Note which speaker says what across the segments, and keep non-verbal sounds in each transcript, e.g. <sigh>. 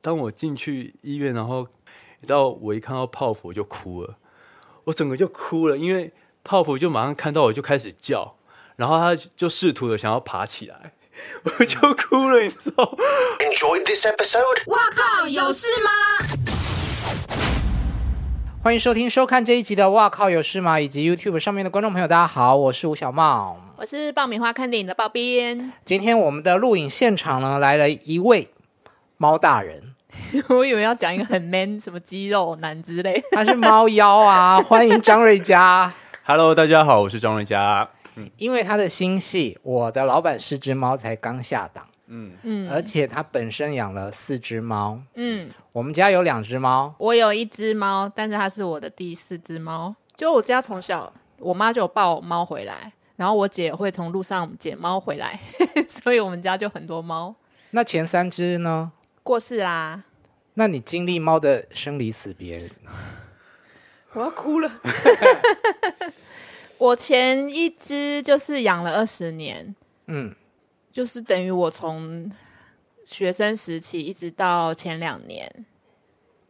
Speaker 1: 当我进去医院，然后你知道我一看到泡芙我就哭了，我整个就哭了，因为泡芙就马上看到我就开始叫，然后他就试图的想要爬起来， <laughs> 我就哭了，你知道吗
Speaker 2: <gasps> Enjoyed this episode?
Speaker 3: 哇靠，有事吗？
Speaker 4: 欢迎收听、收看这一集的《哇靠有事吗》，以及 YouTube 上面的观众朋友，大家好，我是吴小茂。
Speaker 5: 我是爆米花看电影的爆边，
Speaker 4: 今天我们的录影现场呢，来了一位猫大人，
Speaker 5: <laughs> 我以为要讲一个很 man 什么肌肉男之类，
Speaker 4: 他是猫妖
Speaker 5: <laughs>
Speaker 4: 啊，欢迎张瑞佳。
Speaker 1: ？Hello，大家好，我是张瑞佳。
Speaker 4: 因为他的新戏《我的老板是只猫》才刚下档，
Speaker 1: 嗯，
Speaker 4: 而且他本身养了四只猫，
Speaker 5: 嗯，
Speaker 4: 我们家有两只猫，
Speaker 5: 我有一只猫，但是它是我的第四只猫，就我家从小我妈就有抱猫回来，然后我姐也会从路上捡猫回来， <laughs> 所以我们家就很多猫
Speaker 4: 那前三只呢？
Speaker 5: 过世啦，
Speaker 4: 那你经历猫的生离死别，
Speaker 5: 我要哭了。 <laughs> 我前一只就是养了二十年，
Speaker 4: 嗯，
Speaker 5: 就是等于我从学生时期一直到前两年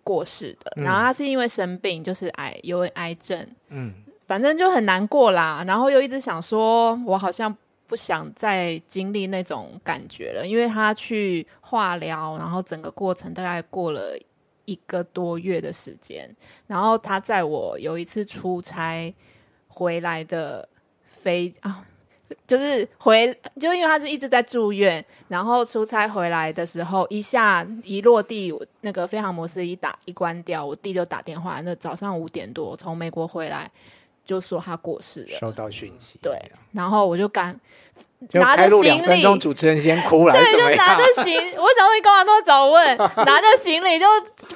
Speaker 5: 过世的，然后他是因为生病，就是癌，有癌症，
Speaker 4: 嗯，
Speaker 5: 反正就很难过啦。然后又一直想说，我好像不想再经历那种感觉了，因为他去化疗，然后整个过程大概过了一个多月的时间，然后他在我有一次出差回来的飞啊。就是回，就因为他是一直在住院，然后出差回来的时候，一下一落地，我那个飞航模式一打一关掉，我弟就打电话，那早上五点多从美国回来，就说他过世了，
Speaker 4: 收到讯息，
Speaker 5: 呃对，然后我就赶
Speaker 4: 就
Speaker 5: 拿
Speaker 4: 开
Speaker 5: 着
Speaker 4: 录
Speaker 5: 行
Speaker 4: 两分
Speaker 5: 李
Speaker 4: 钟，。主持人先哭了，还是
Speaker 5: 对，
Speaker 4: 怎么
Speaker 5: 就
Speaker 4: 样
Speaker 5: 拿着行，我想说你干嘛那么早问？ <laughs> 拿着行李就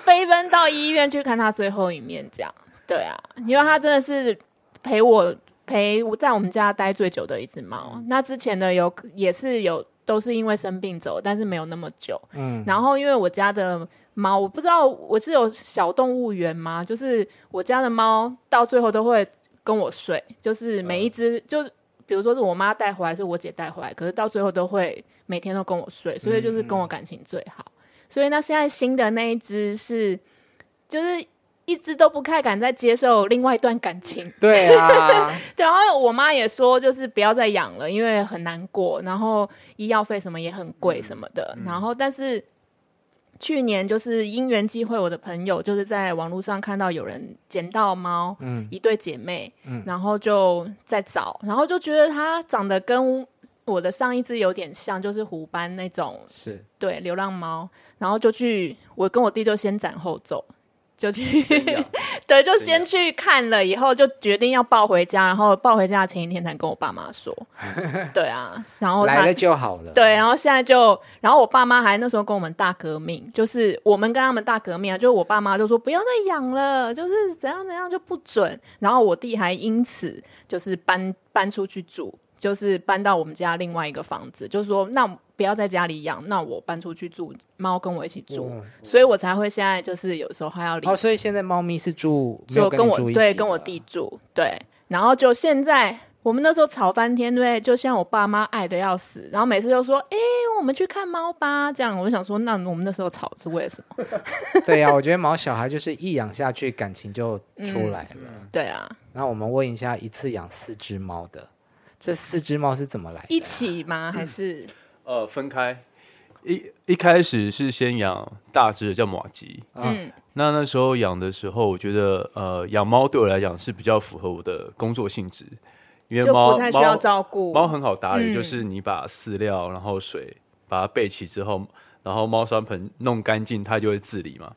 Speaker 5: 飞奔到医院去看他最后一面，这样。对啊，因为他真的是陪我陪我在我们家待最久的一只猫。那之前的有也是有都是因为生病走，但是没有那么久。
Speaker 4: 嗯
Speaker 5: 然后因为我家的猫，我不知道我是有小动物园吗？就是我家的猫到最后都会跟我睡，就是每一只、就比如说是我妈带回来，是我姐带回来，可是到最后都会每天都跟我睡，所以就是跟我感情最好。所以那现在新的那一只是，就是一直都不太敢再接受另外一段感情，
Speaker 4: 对啊，
Speaker 5: 对，然后我妈也说，就是不要再养了，因为很难过，然后医药费什么也很贵什么的。然后，但是去年就是因缘际会，我的朋友就是在网络上看到有人捡到猫，
Speaker 4: 嗯
Speaker 5: 一对姐妹，然后就在找，然后就觉得它长得跟我的上一只有点像，就是虎斑那种
Speaker 4: <laughs> 是
Speaker 5: 对，流浪猫，然后就去，我跟我弟就先斩后奏，就去，对，就先去看了，以后就决定要抱回家，然后抱回家的前一天才跟我爸妈说，
Speaker 4: <laughs>
Speaker 5: 对啊，然后
Speaker 4: 来
Speaker 5: 他
Speaker 4: 了就好了。，
Speaker 5: 对，然后现在就，然后我爸妈还那时候跟我们大革命，就是我们跟他们大革命啊，就是我爸妈就说不要再养了，就是怎样怎样就不准，然后我弟还因此就是搬搬出去住，就是搬到我们家另外一个房子，就是说那不要在家里养，那我搬出去住，猫跟我一起住，所以我才会现在就是有时候还要离
Speaker 4: 哦，所以现在猫咪是住没
Speaker 5: 就
Speaker 4: 有跟
Speaker 5: 跟
Speaker 4: 你
Speaker 5: 我
Speaker 4: 住一起
Speaker 5: 对
Speaker 4: 的
Speaker 5: 跟我
Speaker 4: <laughs>
Speaker 5: 弟住，对，然后就现在我们那时候吵翻天，对，就像我爸妈爱的要死，然后每次就说，哎、我们去看猫吧，这样，我就想说，那我们那时候吵是为了什么？
Speaker 4: 对啊，我觉得毛小孩就是一养下去感情就出来了。
Speaker 5: 对啊，
Speaker 4: 那我们问一下，一次养四只猫的，这四只猫是怎么来的？
Speaker 5: 一起
Speaker 4: 嗯
Speaker 5: 吗？还是
Speaker 1: 呃，分开。一一开始是先养大只的，叫马吉。
Speaker 5: 嗯
Speaker 1: 那那时候养的时候，我觉得呃，养猫对我来讲是比较符合我的工作性质，因为
Speaker 5: 就
Speaker 1: 猫
Speaker 5: 不太需要
Speaker 1: 猫
Speaker 5: 照顾？
Speaker 1: 猫很好打理，
Speaker 5: 嗯
Speaker 1: 就是你把饲料然后水把它备齐之后，然后猫砂盆弄干净，它就会自理嘛。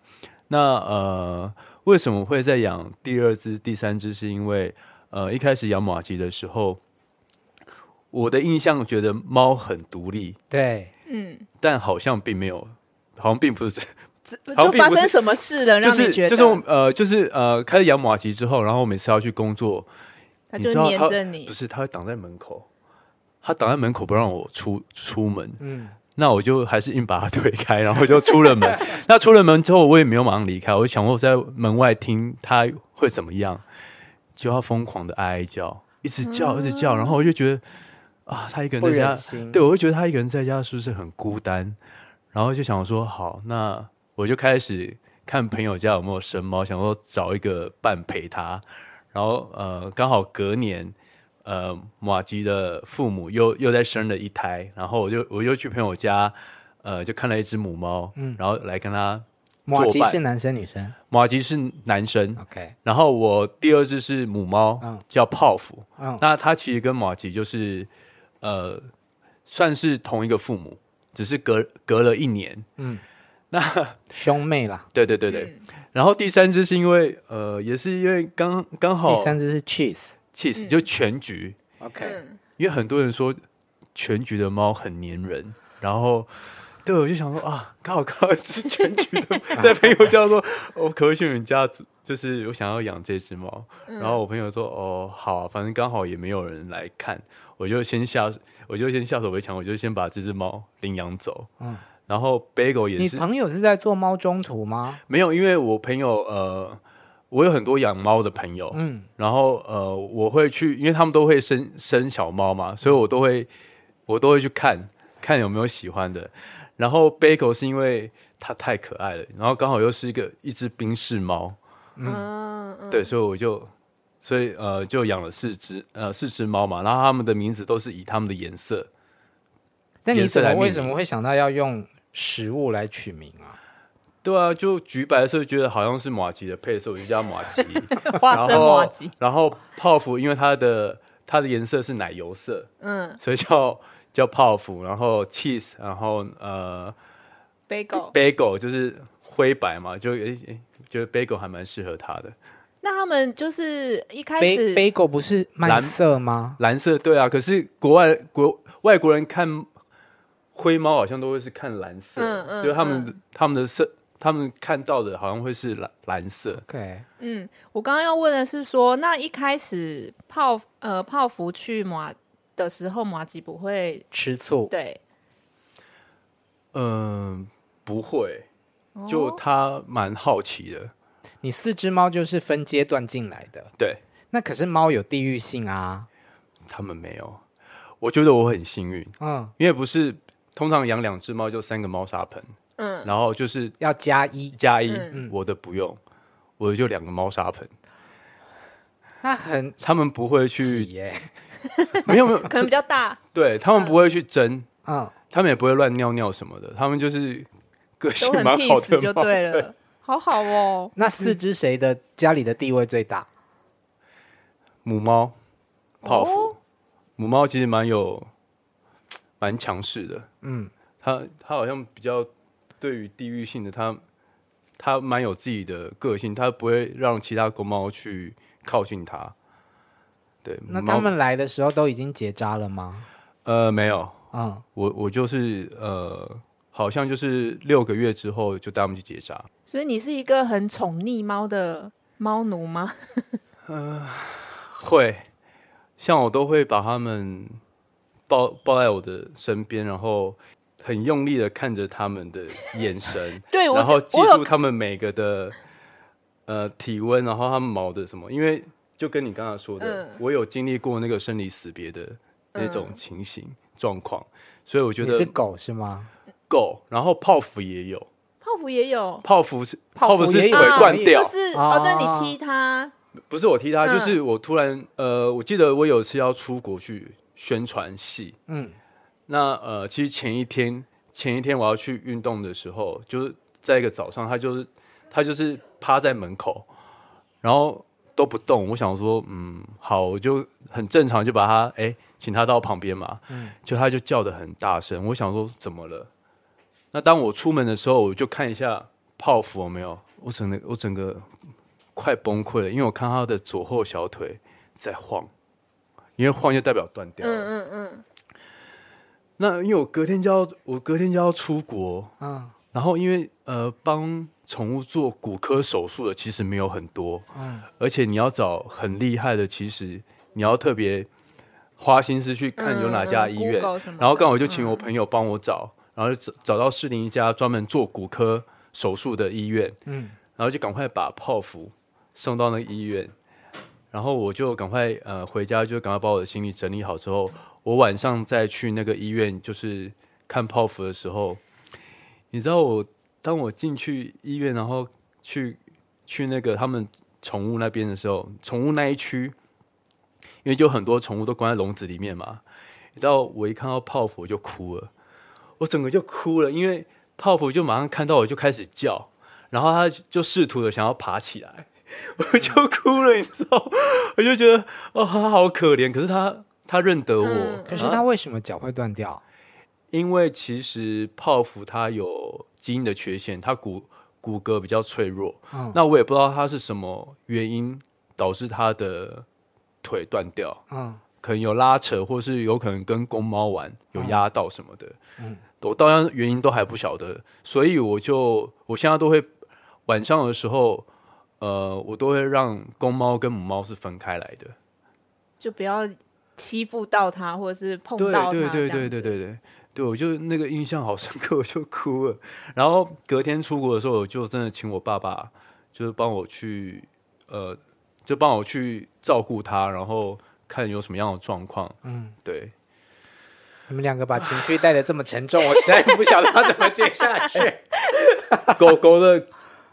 Speaker 1: 那呃，为什么会在养第二只、第三只？是因为呃，一开始养马吉的时候，我的印象觉得猫很独立，
Speaker 4: 对，
Speaker 5: 嗯，
Speaker 1: 但好像并没有，好像并不是好
Speaker 5: 就
Speaker 1: 像并
Speaker 5: 发
Speaker 1: 不是
Speaker 5: 生什么事了，
Speaker 1: 就
Speaker 5: 让你
Speaker 1: 是
Speaker 5: 觉得
Speaker 1: 就是我呃就是呃开始养马吉之后，然后我每次要去工作，
Speaker 5: 他
Speaker 1: 你
Speaker 5: 就
Speaker 1: 知道
Speaker 5: 黏
Speaker 1: 他
Speaker 5: 着你
Speaker 1: 不，是他会挡在门口，他挡在门口不让我出出门，嗯，那我就还是硬把他推开，然后就出了门。那出了门之后，我也没有马上离开，我就想我在门外听他会怎么样，就要疯狂的哀哀叫，一直叫，一直叫，然后我就觉得啊，他一个人
Speaker 4: 嗯不
Speaker 1: 在家
Speaker 4: 忍，心。
Speaker 1: 对，我会觉得他一个人在家是不是很孤单？然后就想说，好，那我就开始看朋友家有没有生猫，想说找一个伴陪他。然后呃，刚好隔年，呃，马吉的父母又又再生了一胎，然后我就我就去朋友家，呃，就看了一只母猫，
Speaker 4: 嗯
Speaker 1: 然后来跟他
Speaker 4: 马
Speaker 1: 作
Speaker 4: 吉
Speaker 1: 伴
Speaker 4: 是男生女生
Speaker 1: 马吉是男生，
Speaker 4: ？OK，
Speaker 1: 然后我第二只是母猫，
Speaker 4: 嗯
Speaker 1: 叫泡芙。
Speaker 4: 嗯
Speaker 1: 那它其实跟马吉就是呃，算是同一个父母，只是隔隔了一年。
Speaker 4: 兄妹啦。
Speaker 1: 对对对对。然后第三只是因为呃，也是因为刚刚好
Speaker 4: 第三只是 Cheese。
Speaker 1: cheese 就全局，
Speaker 4: OK，
Speaker 5: 嗯，
Speaker 1: 因为很多人说全局的猫很粘人，然后。对，我就想说啊，刚好刚 <laughs> 好是全局的，在朋友家说，我可不可以去你家？就是我想要养这只猫。然后我朋友说，哦，好啊、反正刚好也没有人来看，我就先下，我就先下手为强，我就先把这只猫领养走。嗯，然后 Bagel 也
Speaker 4: 你
Speaker 1: 是
Speaker 4: 朋友是在做猫中途吗？
Speaker 1: 没有，因为我朋友呃，我有很多养猫的朋友，
Speaker 4: 嗯，
Speaker 1: 然后呃，我会去，因为他们都会生生小猫嘛，所以我都会我都会去看看有没有喜欢的。然后 Bagel 是因为它太可爱了，然后刚好又是一个一只冰室猫，
Speaker 5: 嗯嗯
Speaker 1: 对，所以我就所以呃就养了四只呃四只猫嘛，然后它们的名字都是以它们的颜色，
Speaker 4: 那你
Speaker 1: 颜色
Speaker 4: 怎
Speaker 1: 来命
Speaker 4: 么
Speaker 1: 名
Speaker 4: 为什么会想到要用食物来取名啊？
Speaker 1: 对啊，就橘白色觉得好像是马吉的配色，我就叫马吉。
Speaker 5: 花
Speaker 1: 然
Speaker 5: 生
Speaker 1: 后
Speaker 5: 嗯麻吉，
Speaker 1: 然后泡芙，因为它的它的颜色是奶油色，
Speaker 5: 嗯
Speaker 1: 所以叫叫泡芙。然后 cheese，然后呃
Speaker 5: ，bagel。
Speaker 1: bagel 就是灰白嘛，就诶诶觉得 bagel 还蛮适合它的。
Speaker 5: 那他们就是一开
Speaker 4: 杯
Speaker 5: 始
Speaker 4: 杯狗不是麦色吗？
Speaker 1: 蓝色对啊，可是国外国外国人看灰猫好像都会是看蓝色，
Speaker 5: 嗯嗯
Speaker 1: 就是他们、他们的色，他们看到的好像会是蓝蓝色。
Speaker 4: 对，
Speaker 5: 嗯，我刚刚要问的是说，那一开始泡呃泡芙去马的时候，马吉不会
Speaker 4: 吃醋。
Speaker 5: 对哦
Speaker 1: 嗯、不会，就他蛮好奇的，
Speaker 4: 你四只猫就是分阶段进来的，
Speaker 1: 对。
Speaker 4: 那可是猫有地域性啊。
Speaker 1: 他们没有。我觉得我很幸运，
Speaker 4: 嗯，
Speaker 1: 因为不是通常养两只猫就三个猫砂盆，
Speaker 5: 嗯
Speaker 1: 嗯，然后就是
Speaker 4: 要加一，
Speaker 1: 加一，我的不用，我的就两个猫砂盆，
Speaker 4: 那很
Speaker 1: 他们不会
Speaker 4: 挤
Speaker 1: 去，
Speaker 4: 耶。
Speaker 1: 没有没有
Speaker 5: 可，能比较
Speaker 1: <laughs>
Speaker 5: 大，
Speaker 1: 对他们不会去争，
Speaker 4: 嗯，
Speaker 1: 他们也不会乱尿尿什么的，他们就是个性
Speaker 5: 都很
Speaker 1: 蛮好
Speaker 5: peace
Speaker 1: 的
Speaker 5: 就
Speaker 1: 猫
Speaker 5: 对了，好好哦。
Speaker 4: 那四只谁的家里的地位最大？
Speaker 1: 母猫泡芙，
Speaker 5: 哦
Speaker 1: 母猫其实蛮有蛮强势的，嗯，它它好像比较对于地域性的，它它蛮有自己的个性，它不会让其他公猫去靠近它。对，
Speaker 4: 那
Speaker 1: 母嗯猫
Speaker 4: 他们来的时候都已经结扎了吗？
Speaker 1: 呃没有，
Speaker 4: 嗯，
Speaker 1: 我我就是呃，好像就是六个月之后就带他们去结扎，
Speaker 5: 所以你是一个很宠溺猫的猫奴吗？，
Speaker 1: 会，像我都会把他们抱抱在我的身边，然后很用力的看着他们的眼神
Speaker 5: <laughs> 对我
Speaker 1: 然后记
Speaker 5: 我有
Speaker 1: 住他们每个的呃体温，然后他们毛的什么，因为就跟你刚刚说的，
Speaker 5: 嗯
Speaker 1: 我有经历过那个生离死别的那种情形、状况，所以我觉
Speaker 4: 你
Speaker 1: 得啊
Speaker 4: 是狗是吗？
Speaker 1: 狗，然后泡芙也有，
Speaker 5: 泡芙也有，
Speaker 1: 泡芙是
Speaker 4: 泡芙
Speaker 1: 芙是
Speaker 4: 也
Speaker 1: 腿
Speaker 4: 有
Speaker 5: 啊
Speaker 1: 断掉，
Speaker 5: 就是
Speaker 4: 啊
Speaker 5: 哦，对你踢它，
Speaker 1: 不是我踢他，
Speaker 5: 嗯
Speaker 1: 就是我突然呃，我记得我有一次要出国去宣传戏，
Speaker 4: 嗯
Speaker 1: 嗯，那呃，其实前一天前一天我要去运动的时候，就是在一个早上，他就是他就是趴在门口，然后都不动。我想说，嗯，好，我就很正常，就把他哎、请他到旁边嘛，就他就叫的很大声，我想说怎么了？那当我出门的时候，我就看一下泡芙有没有，我整个我整个快崩溃了，因为我看他的左后小腿在晃，因为晃就代表断掉了。
Speaker 5: 嗯嗯
Speaker 1: 那因为我隔天就要我隔天就要出国，
Speaker 4: 嗯，
Speaker 1: 然后因为呃帮宠物做骨科手术的其实没有很多，嗯，而且你要找很厉害的，其实你要特别花心思去看有哪家医院，
Speaker 5: 嗯嗯，Google 什么的嗯
Speaker 1: 然后刚好我就请我朋友帮我找，然后就找找到士林一家专门做骨科手术的医院，嗯，然后就赶快把泡芙送到那个医院，然后我就赶快呃回家，就赶快把我的行李整理好之后，我晚上再去那个医院，就是看泡芙的时候，你知道我当我进去医院，然后去去那个他们宠物那边的时候，宠物那一区，因为就很多宠物都关在笼子里面嘛。你知道我一看到泡芙我就哭了，我整个就哭了，因为泡芙就马上看到我就开始叫，然后它就试图的想要爬起来，我就
Speaker 4: 嗯
Speaker 1: 哭了，你知道吗，我就觉得哦，它好可怜，可是它它认得我，
Speaker 5: 嗯
Speaker 4: 可是它为什么脚会断掉？
Speaker 1: 因为其实泡芙它有基因的缺陷，它骨骨骼比较脆弱。
Speaker 4: 嗯
Speaker 1: 那我也不知道它是什么原因导致它的腿断掉，
Speaker 4: 嗯，
Speaker 1: 可能有拉扯，或是有可能跟公猫玩有压到什么的。嗯，我到现在原因都还不晓得，所以我就我现在都会晚上的时候，呃，我都会让公猫跟母猫是分开来的。
Speaker 5: 就不要欺负到它，或者是碰
Speaker 1: 对
Speaker 5: 到它。
Speaker 1: 对对
Speaker 5: 这样
Speaker 1: 对
Speaker 5: 子
Speaker 1: 对对对对，我就那个印象好深刻，我 <laughs> 就哭了。然后隔天出国的时候，我就真的请我爸爸，就是帮我去呃，就帮我去照顾他，然后看有什么样的状况。嗯，对。
Speaker 4: 你们两个把情绪带的这么沉重，我实在不晓得要怎么接下去。
Speaker 1: 狗狗的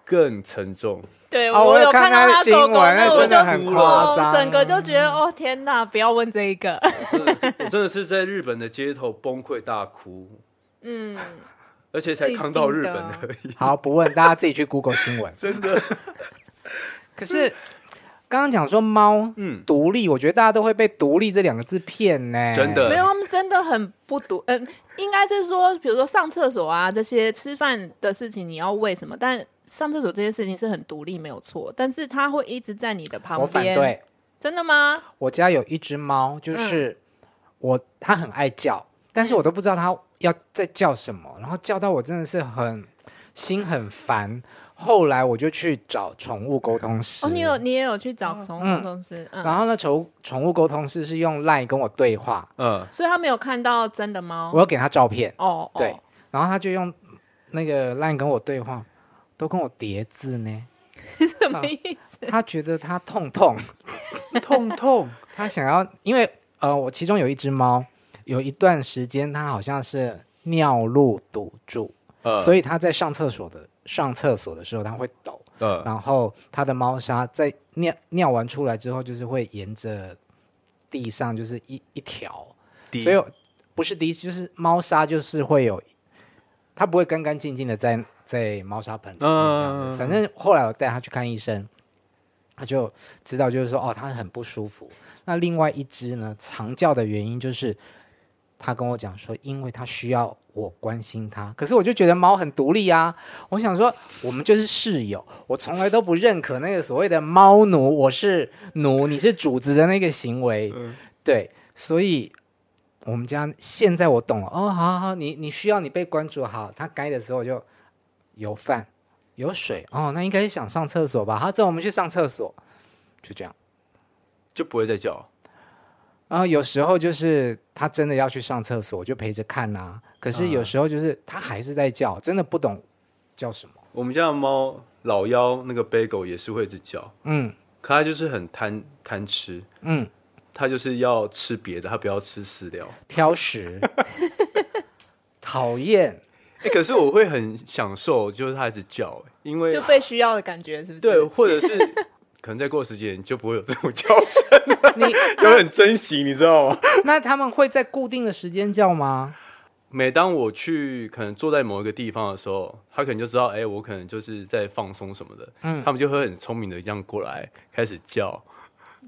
Speaker 1: 更沉重，
Speaker 5: 对，
Speaker 4: 哦
Speaker 5: <laughs>
Speaker 4: 我
Speaker 5: 我
Speaker 4: 有
Speaker 5: 有
Speaker 4: 看
Speaker 5: 看
Speaker 4: 到
Speaker 5: 到它
Speaker 4: 新
Speaker 5: 狗狗
Speaker 4: 闻那
Speaker 5: 那我
Speaker 4: 真的
Speaker 5: 就
Speaker 4: 很
Speaker 5: 哭
Speaker 4: 夸
Speaker 5: 了
Speaker 4: 张
Speaker 5: 整个就觉得哦天哪，不要问这一
Speaker 4: <laughs>
Speaker 5: 个。
Speaker 1: 我真的是在日本的街头崩溃大哭，
Speaker 5: 嗯，
Speaker 1: 而且才
Speaker 5: 一
Speaker 1: 刚到
Speaker 5: 定
Speaker 1: 日
Speaker 5: 的
Speaker 1: 本
Speaker 5: 啊
Speaker 1: 而已。
Speaker 4: 好，不问，大家自己去 Google 新
Speaker 1: <laughs>
Speaker 4: 闻。真的。 <laughs> 可是刚刚讲说猫
Speaker 1: 嗯，
Speaker 4: 独立，我觉得大家都会被“独立”这两个字骗呢。
Speaker 1: 真的
Speaker 5: 没有，他们真的很不独，嗯、应该是说，比如说上厕所啊这些吃饭的事情，你要为什么？但上厕所这些事情是很独立，没有错，但是它会一直在你的旁边。
Speaker 4: 我反对。
Speaker 5: 真的吗？
Speaker 4: 我家有一只猫，就是我它很爱叫，但是我都不知道它要在叫什么，然后叫到我真的是很心很烦。后来我就去找宠物沟通师。
Speaker 5: 哦，你有你也有去找宠物公司，嗯，
Speaker 4: 然后呢，宠宠物沟通师是用 LINE 跟我对话，
Speaker 1: 嗯，
Speaker 5: 所以他没有看到真的猫
Speaker 4: 我。要给他照片，
Speaker 5: 哦，哦
Speaker 4: 对，
Speaker 5: <laughs>
Speaker 4: 然后他就用那个 LINE 跟我对话，都跟我叠字呢。
Speaker 5: 什么意思？
Speaker 4: 他觉得他痛痛，
Speaker 1: 痛痛，
Speaker 4: 他想要，因为呃，我其中有一只猫，有一段时间它好像是尿路堵住，
Speaker 1: 呃
Speaker 4: 所
Speaker 1: 以
Speaker 4: 以它在上厕所的上厕所的时候它会抖，
Speaker 1: 呃，
Speaker 4: 然后它的猫砂在尿尿完出来之后，就是会沿着地上就是一一条，
Speaker 1: 低
Speaker 4: 所以不是滴，就是猫砂，就是会有，它不会干干净净的在在猫砂盆里面那样
Speaker 1: 嗯
Speaker 4: 子。反正后来我带它去看医生，他就知道就是说哦，它很不舒服。那另外一只呢，常叫的原因就是。他跟我讲说，因为它需要我关心它，可是我就觉得猫很独立啊。我想说，我们就是室友，我从来都不认可那个所谓的猫奴，我是奴，你是主子的那个行为。
Speaker 1: 嗯
Speaker 4: 对，所以我们家现在我懂了哦，好好好，你你需要你被关注好，他该的时候就有饭有水哦，那应该是想上厕所吧？好，走，我们去上厕所，就这样。
Speaker 1: 就不会再叫。
Speaker 4: 然后有时候就是他真的要去上厕所，我就陪着看呐、可是有时候就是他还是在叫，真的不懂叫什么。
Speaker 1: 我们家的猫老幺那个 Bagel 也是会一直叫，
Speaker 4: 嗯
Speaker 1: 可它就是很贪贪吃，
Speaker 4: 嗯，
Speaker 1: 它就是要吃别的，它不要吃饲料。
Speaker 4: 挑食，讨厌。
Speaker 1: 哎、可是我会很享受，就是它一直叫、因为
Speaker 5: 就被需要的感觉是不是？
Speaker 1: 对，或者
Speaker 5: <laughs>
Speaker 1: 是可能再过十几年就不会有这种叫声了，
Speaker 4: 你
Speaker 1: <laughs> 有很珍惜，你知道吗？
Speaker 4: 那他们会在固定的时间叫吗？
Speaker 1: 每当我去可能坐在某一个地方的时候，它可能就知道，哎、我可能就是在放松什么的，嗯，他们就会很聪明的这样过来开始叫，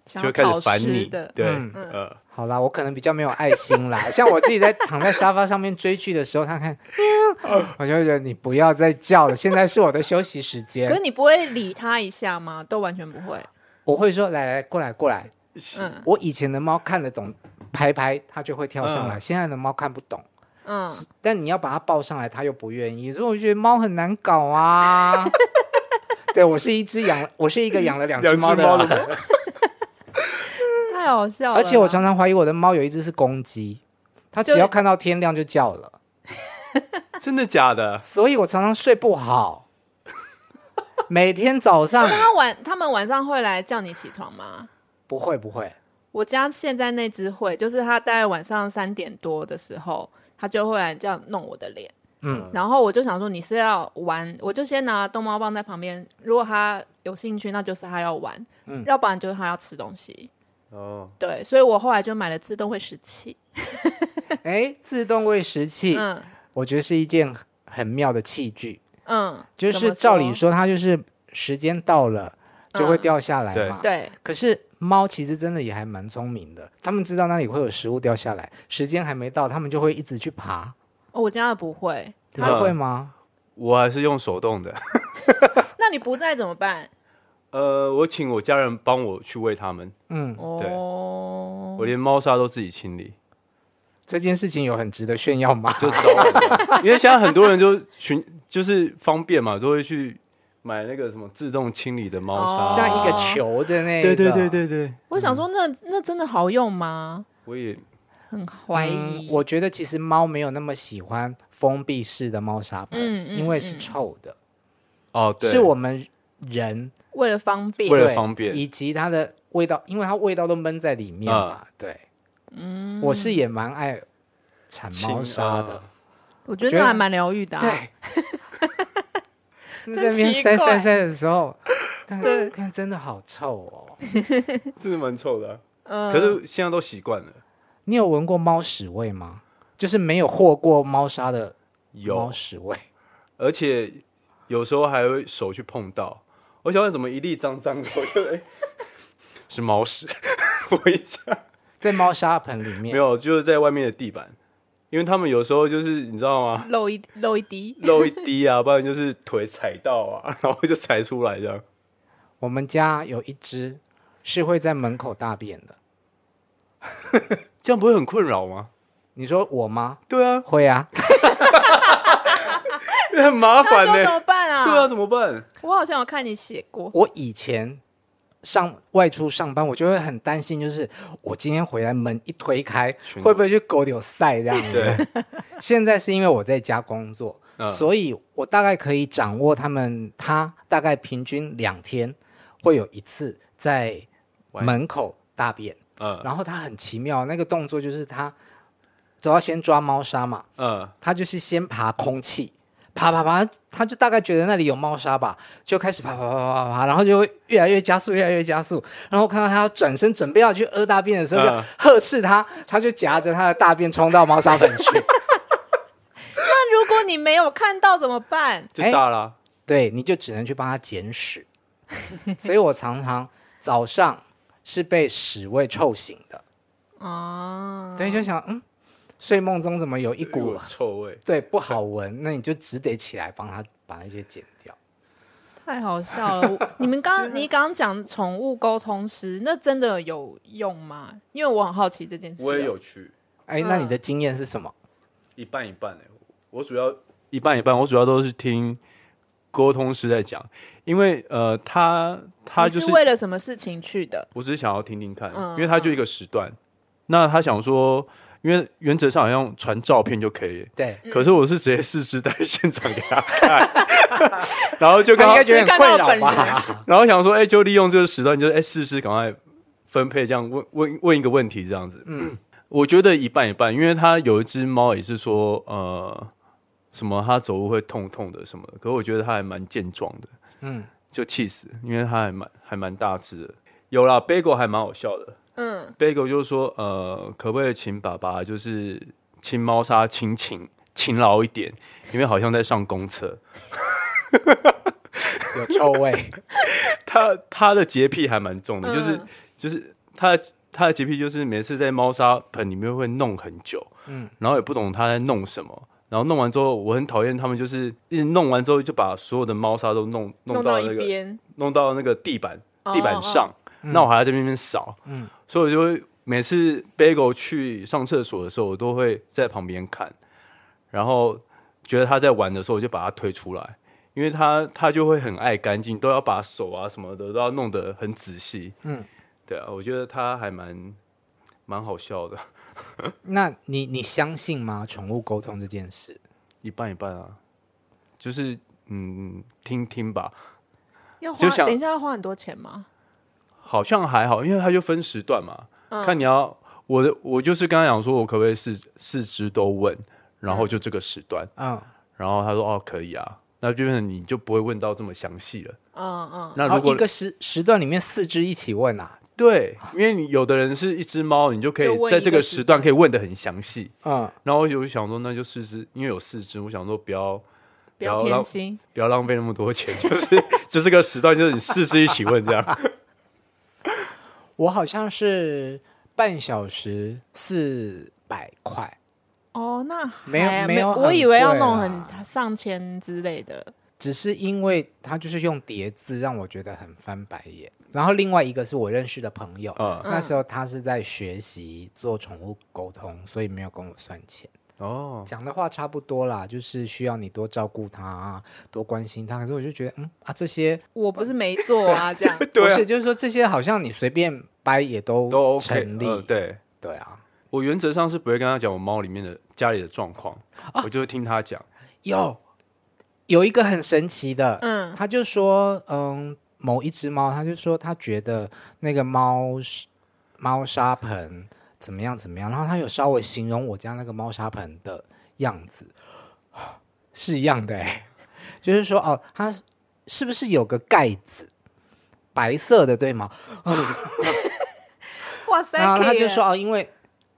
Speaker 1: 就
Speaker 5: 想要
Speaker 1: 会开
Speaker 5: 讨
Speaker 1: 始
Speaker 5: 食
Speaker 1: 烦你，
Speaker 5: 的。
Speaker 1: 对，
Speaker 4: 嗯
Speaker 1: 呃，
Speaker 4: 好啦，我可能比较没有爱
Speaker 1: <laughs>
Speaker 4: 心啦。像我自己在躺在沙发上面追剧的时候，他看，喵我就会觉得你不要再叫了，现在是我的休息时
Speaker 5: 可是
Speaker 4: 间。
Speaker 5: 你不会理它一下吗？都完全不会。
Speaker 4: 我会说，来来，过来过来。
Speaker 5: 嗯
Speaker 4: 我以前的猫看得懂，拍拍它就会跳上来，
Speaker 1: 嗯
Speaker 4: 现在的猫看不懂。
Speaker 5: 嗯，
Speaker 4: 但你要把它抱上来，它又不愿意，所以我觉得猫很难搞
Speaker 1: <laughs>
Speaker 4: 啊。对我是一只养，我是一个养了两只
Speaker 1: 两只
Speaker 4: 猫的
Speaker 1: 猫
Speaker 4: 人，
Speaker 1: 的
Speaker 5: 太好笑了啦。
Speaker 4: 而且我常常怀疑我的猫有一只是公鸡，它只
Speaker 5: 就
Speaker 4: 要看到天亮就叫了。
Speaker 1: <laughs> 真的假的？
Speaker 4: 所以我常常睡不好， <laughs> 每天早上
Speaker 5: 他晚他们晚上会来叫你起床吗？
Speaker 4: 不会不会，
Speaker 5: 我家现在那只会，就是他大概晚上三点多的时候，他就会来这样弄我的脸，
Speaker 4: 嗯，
Speaker 5: 然后我就想说你是要玩，我就先拿逗猫棒在旁边，如果他有兴趣，那就是他要玩，
Speaker 4: 嗯
Speaker 5: 要不然就是他要吃东西。
Speaker 1: 哦，
Speaker 5: 对，所以我后来就买了自动喂食器。
Speaker 4: 哎，自动喂食器，
Speaker 5: 嗯
Speaker 4: 我觉得是一件很妙的器具，
Speaker 5: 嗯，
Speaker 4: 就
Speaker 5: 怎
Speaker 4: 是
Speaker 5: 么嗯
Speaker 4: 照理，说它就是时间到了就会掉下来
Speaker 1: 对
Speaker 4: 嘛，
Speaker 5: 对
Speaker 4: 可是猫其实真的也还蛮聪明的，它们知道那里会有食物掉下来，时间还没到，它们就会一直去爬。
Speaker 5: 哦我家的不会。
Speaker 1: 嗯
Speaker 4: 它会吗？
Speaker 1: 我还是用手动的。
Speaker 5: 那你不在怎么办？
Speaker 1: <laughs> 呃，我请我家人帮我去喂它们，
Speaker 4: 嗯，
Speaker 5: 哦，
Speaker 1: 我连猫砂都自己清 <laughs> 理，
Speaker 4: 这件事情有很值得炫耀吗？
Speaker 1: 就找我。因为现在很多人就寻就是方便嘛，都会去买那个什么自动清理的猫砂，
Speaker 5: 哦
Speaker 4: <laughs> 像一个球的那
Speaker 1: 啊对对对
Speaker 4: 个。
Speaker 1: 对对，
Speaker 5: 我想说那那真的好用吗？
Speaker 1: 我也
Speaker 5: 很怀
Speaker 4: 嗯
Speaker 5: 疑。，
Speaker 4: 我觉得其实猫没有那么喜欢封闭式的猫砂盆，
Speaker 5: 嗯嗯
Speaker 4: 因为是臭的，
Speaker 1: 哦，对，
Speaker 4: 是我们人
Speaker 5: 为了方便，
Speaker 1: 为了
Speaker 4: 对
Speaker 1: 方便
Speaker 4: 以及它的味道，因为它味道都闷在里面嘛。对，嗯，我是也蛮爱铲猫砂
Speaker 1: 呃
Speaker 4: 的，
Speaker 5: 我觉
Speaker 4: 我觉
Speaker 5: 得
Speaker 4: 得
Speaker 5: 那还蛮疗愈的、啊。 <laughs>
Speaker 4: 对，那在那
Speaker 5: 真
Speaker 4: 边
Speaker 5: 奇
Speaker 4: 塞塞
Speaker 5: 怪
Speaker 4: 塞的时候，但
Speaker 5: 对
Speaker 4: 看真的好臭哦。
Speaker 1: 这是蛮臭的啊、可是现在都习惯了。
Speaker 4: 你有闻过猫屎味吗？就是没有和过猫砂的猫
Speaker 1: 有，
Speaker 4: 屎味，
Speaker 1: 而且有时候还会手去碰到。我想问，怎么一粒脏脏的？我就哎，是猫屎。 <laughs> 我一下
Speaker 4: 在猫砂盆里
Speaker 1: 没
Speaker 4: 面。
Speaker 1: 有，就是在外面的地板，因为他们有时候就是你知道吗，
Speaker 5: 漏一漏一滴，
Speaker 1: 漏一滴啊， <laughs> 不然就是腿踩到啊， <laughs> 然后就踩出来这样。
Speaker 4: 我们家有一只是会在门口大便的。
Speaker 1: 这样不会很困扰吗？
Speaker 4: 你说我吗？
Speaker 1: 对啊， <laughs>
Speaker 4: 会啊，
Speaker 1: 很麻
Speaker 5: 那
Speaker 1: 烦呢、
Speaker 5: 就怎么办啊？
Speaker 1: 对啊，，怎么办？
Speaker 5: 我好像有看你写过，
Speaker 4: 我以前上外出上班，我就会很担心，就是我今天回来门一推开，
Speaker 1: 全
Speaker 4: 会不会去狗流塞这样
Speaker 1: <laughs>
Speaker 4: 子？
Speaker 1: 对，
Speaker 4: 现在是因为我在家工作，
Speaker 1: 嗯
Speaker 4: 所以我大概可以掌握他们，他大概平均两天会有一次在门口大便，
Speaker 1: 嗯
Speaker 4: 然后他很奇妙，那个动作就是他都要先抓猫砂嘛，
Speaker 1: 嗯，
Speaker 4: 他就是先爬空气，爬爬爬，他就大概觉得那里有猫砂吧，就开始爬爬爬爬爬爬，然后就会越来越加速，越来越加速。然后看到他要转身准备要去屙大便的时候，
Speaker 1: 嗯
Speaker 4: 就呵斥他，他就夹着他的大便冲到猫砂盆去。
Speaker 5: 那如果你没有看到怎么办？
Speaker 1: 就大啦。
Speaker 4: 对，你就只能去帮他捡屎。所以我常常早上是被屎味臭醒的，
Speaker 5: 啊，
Speaker 4: 所以就想，嗯，睡梦中怎么有一
Speaker 1: 股
Speaker 4: 股
Speaker 1: 臭味，
Speaker 4: 对不好闻？那你就只得起来帮他把那些剪掉。
Speaker 5: 太好笑
Speaker 1: <laughs>
Speaker 5: 了！我你们刚你刚刚讲宠物沟通师，那真的有用吗？因为我很好奇这件事。啊
Speaker 1: 我也，有去
Speaker 4: 哎，那你的经验是什么？
Speaker 1: 一半一半哎、我主要一半一半，我主要都是听沟通师在讲，因为呃，他他
Speaker 5: 你
Speaker 1: 就是
Speaker 5: 是为了什么事情去的？
Speaker 1: 我只是想要听听看，
Speaker 5: 嗯
Speaker 1: 因为他就一个时段，那他想说，因为原则上好像传照片就可以，
Speaker 4: 对，
Speaker 1: 可是我是直接试吃在现场给他看，然后就
Speaker 4: 他
Speaker 1: 刚
Speaker 4: 应
Speaker 1: 好
Speaker 4: 该觉得很困扰
Speaker 5: 看到
Speaker 4: 吧？
Speaker 1: 然后想说，哎、就利用这个时段，就是哎，试试赶快分配，这样问问问一个问题，这样子。嗯，我觉得一半一半，因为他有一只猫也是说，呃，什么它走路会痛痛的什么的，可我觉得它还蛮健壮的，
Speaker 4: 嗯，
Speaker 1: 就气死，因为它还蛮还蛮大只的。有啦，Bagel 还蛮好笑的
Speaker 5: 嗯，
Speaker 1: ，Bagel 就是说，呃，可不可以请爸爸就是清猫砂清勤勤劳一点，因为好像在上公厕。
Speaker 4: <laughs> 有臭味，
Speaker 1: 他他的洁癖还蛮重的，
Speaker 5: 嗯
Speaker 1: 就是就是他的他的洁癖就是每次在猫砂盆里面会弄很久，嗯，然后也不懂他在弄什么，然后弄完之后，我很讨厌他们就是一直弄完之后就把所有的猫砂都弄弄
Speaker 5: 弄
Speaker 1: 到
Speaker 5: 到
Speaker 1: 那
Speaker 5: 一
Speaker 1: 个
Speaker 5: 边，
Speaker 1: 弄到那个地板
Speaker 5: 哦
Speaker 1: 地板上，那我还要在那边扫，嗯，所以我就会每次 Bagel 去上厕所的时候，我都会在旁边看，然后觉得他在玩的时候，我就把他推出来，因为他他就会很爱干净，都要把手啊什么的都要弄得很仔细，嗯，对啊，我觉得他还蛮蛮好笑的，
Speaker 4: <laughs> 那你你相信吗？宠物沟通这件事，
Speaker 1: 一半一半啊，就是嗯听听吧，
Speaker 5: 要花
Speaker 1: 就想
Speaker 5: 等一下要花很多钱吗？
Speaker 1: 好像还好，因为它就分时段嘛，看你要我的，我就是刚刚讲说，我可不可以四四肢都问，然后就这个时段，
Speaker 4: 嗯，
Speaker 1: 然后他说哦可以啊，那就变成你就不会问到这么详细了。
Speaker 5: 嗯嗯，
Speaker 1: 那
Speaker 4: 然
Speaker 1: 如
Speaker 4: 后
Speaker 1: 果、
Speaker 4: 一个时时段里面四只一起问啊，
Speaker 1: 对，因为你有的人是一只猫，你就可以
Speaker 5: 就问
Speaker 1: 在
Speaker 5: 一
Speaker 1: 这
Speaker 5: 个
Speaker 1: 个
Speaker 5: 时
Speaker 1: 时段
Speaker 5: 段
Speaker 1: 可以问的很详细。
Speaker 4: 嗯，
Speaker 1: 然后我就想说，那就试试，因为有四只，我想说不要
Speaker 5: 不要
Speaker 1: 不要
Speaker 5: 偏
Speaker 1: 让
Speaker 5: 心。
Speaker 1: 不要浪费那么多钱， <laughs> 就是就这个时段，就是你四只一起问这
Speaker 4: <laughs>
Speaker 1: 样。
Speaker 4: 我好像是半小时四百块，
Speaker 5: 哦，那
Speaker 4: 没有
Speaker 5: 还
Speaker 4: 没有
Speaker 5: 我
Speaker 4: 很
Speaker 5: 以为要
Speaker 4: 贵啊
Speaker 5: 那种
Speaker 4: 啦
Speaker 5: 很上千之类的。
Speaker 4: 只是因为他就是用叠字让我觉得很翻白眼。然后另外一个是我认识的朋友，
Speaker 1: 嗯
Speaker 4: 那时候他是在学习做宠物沟通，所以没有跟我算钱。
Speaker 1: 哦，
Speaker 4: 讲的话差不多啦，就是需要你多照顾它啊，多关心它。可是我就觉得，嗯啊，这些
Speaker 5: 我不是没做啊，这样
Speaker 4: <laughs>
Speaker 1: 对啊
Speaker 4: 不是，就是说这些好像你随便掰也都
Speaker 1: 都 OK，
Speaker 4: 成立，
Speaker 1: 呃对。
Speaker 4: 对啊。
Speaker 1: 我原则上是不会跟他讲我猫里面的家里的状况，
Speaker 5: 哦
Speaker 1: 我就会听他讲。
Speaker 4: 有有一个很神奇的，
Speaker 5: 嗯
Speaker 4: 他就说，嗯，某一只猫，他就说他觉得那个猫是猫砂盆怎么样怎么样，然后他有稍微形容我家那个猫砂盆的样子， <gasps> 是一样的、欸， <laughs> 就是说哦，它是不是有个盖子？白色的对吗？
Speaker 5: 哇塞
Speaker 4: 然后他
Speaker 5: K
Speaker 4: 就
Speaker 5: 耶
Speaker 4: 说哦，因为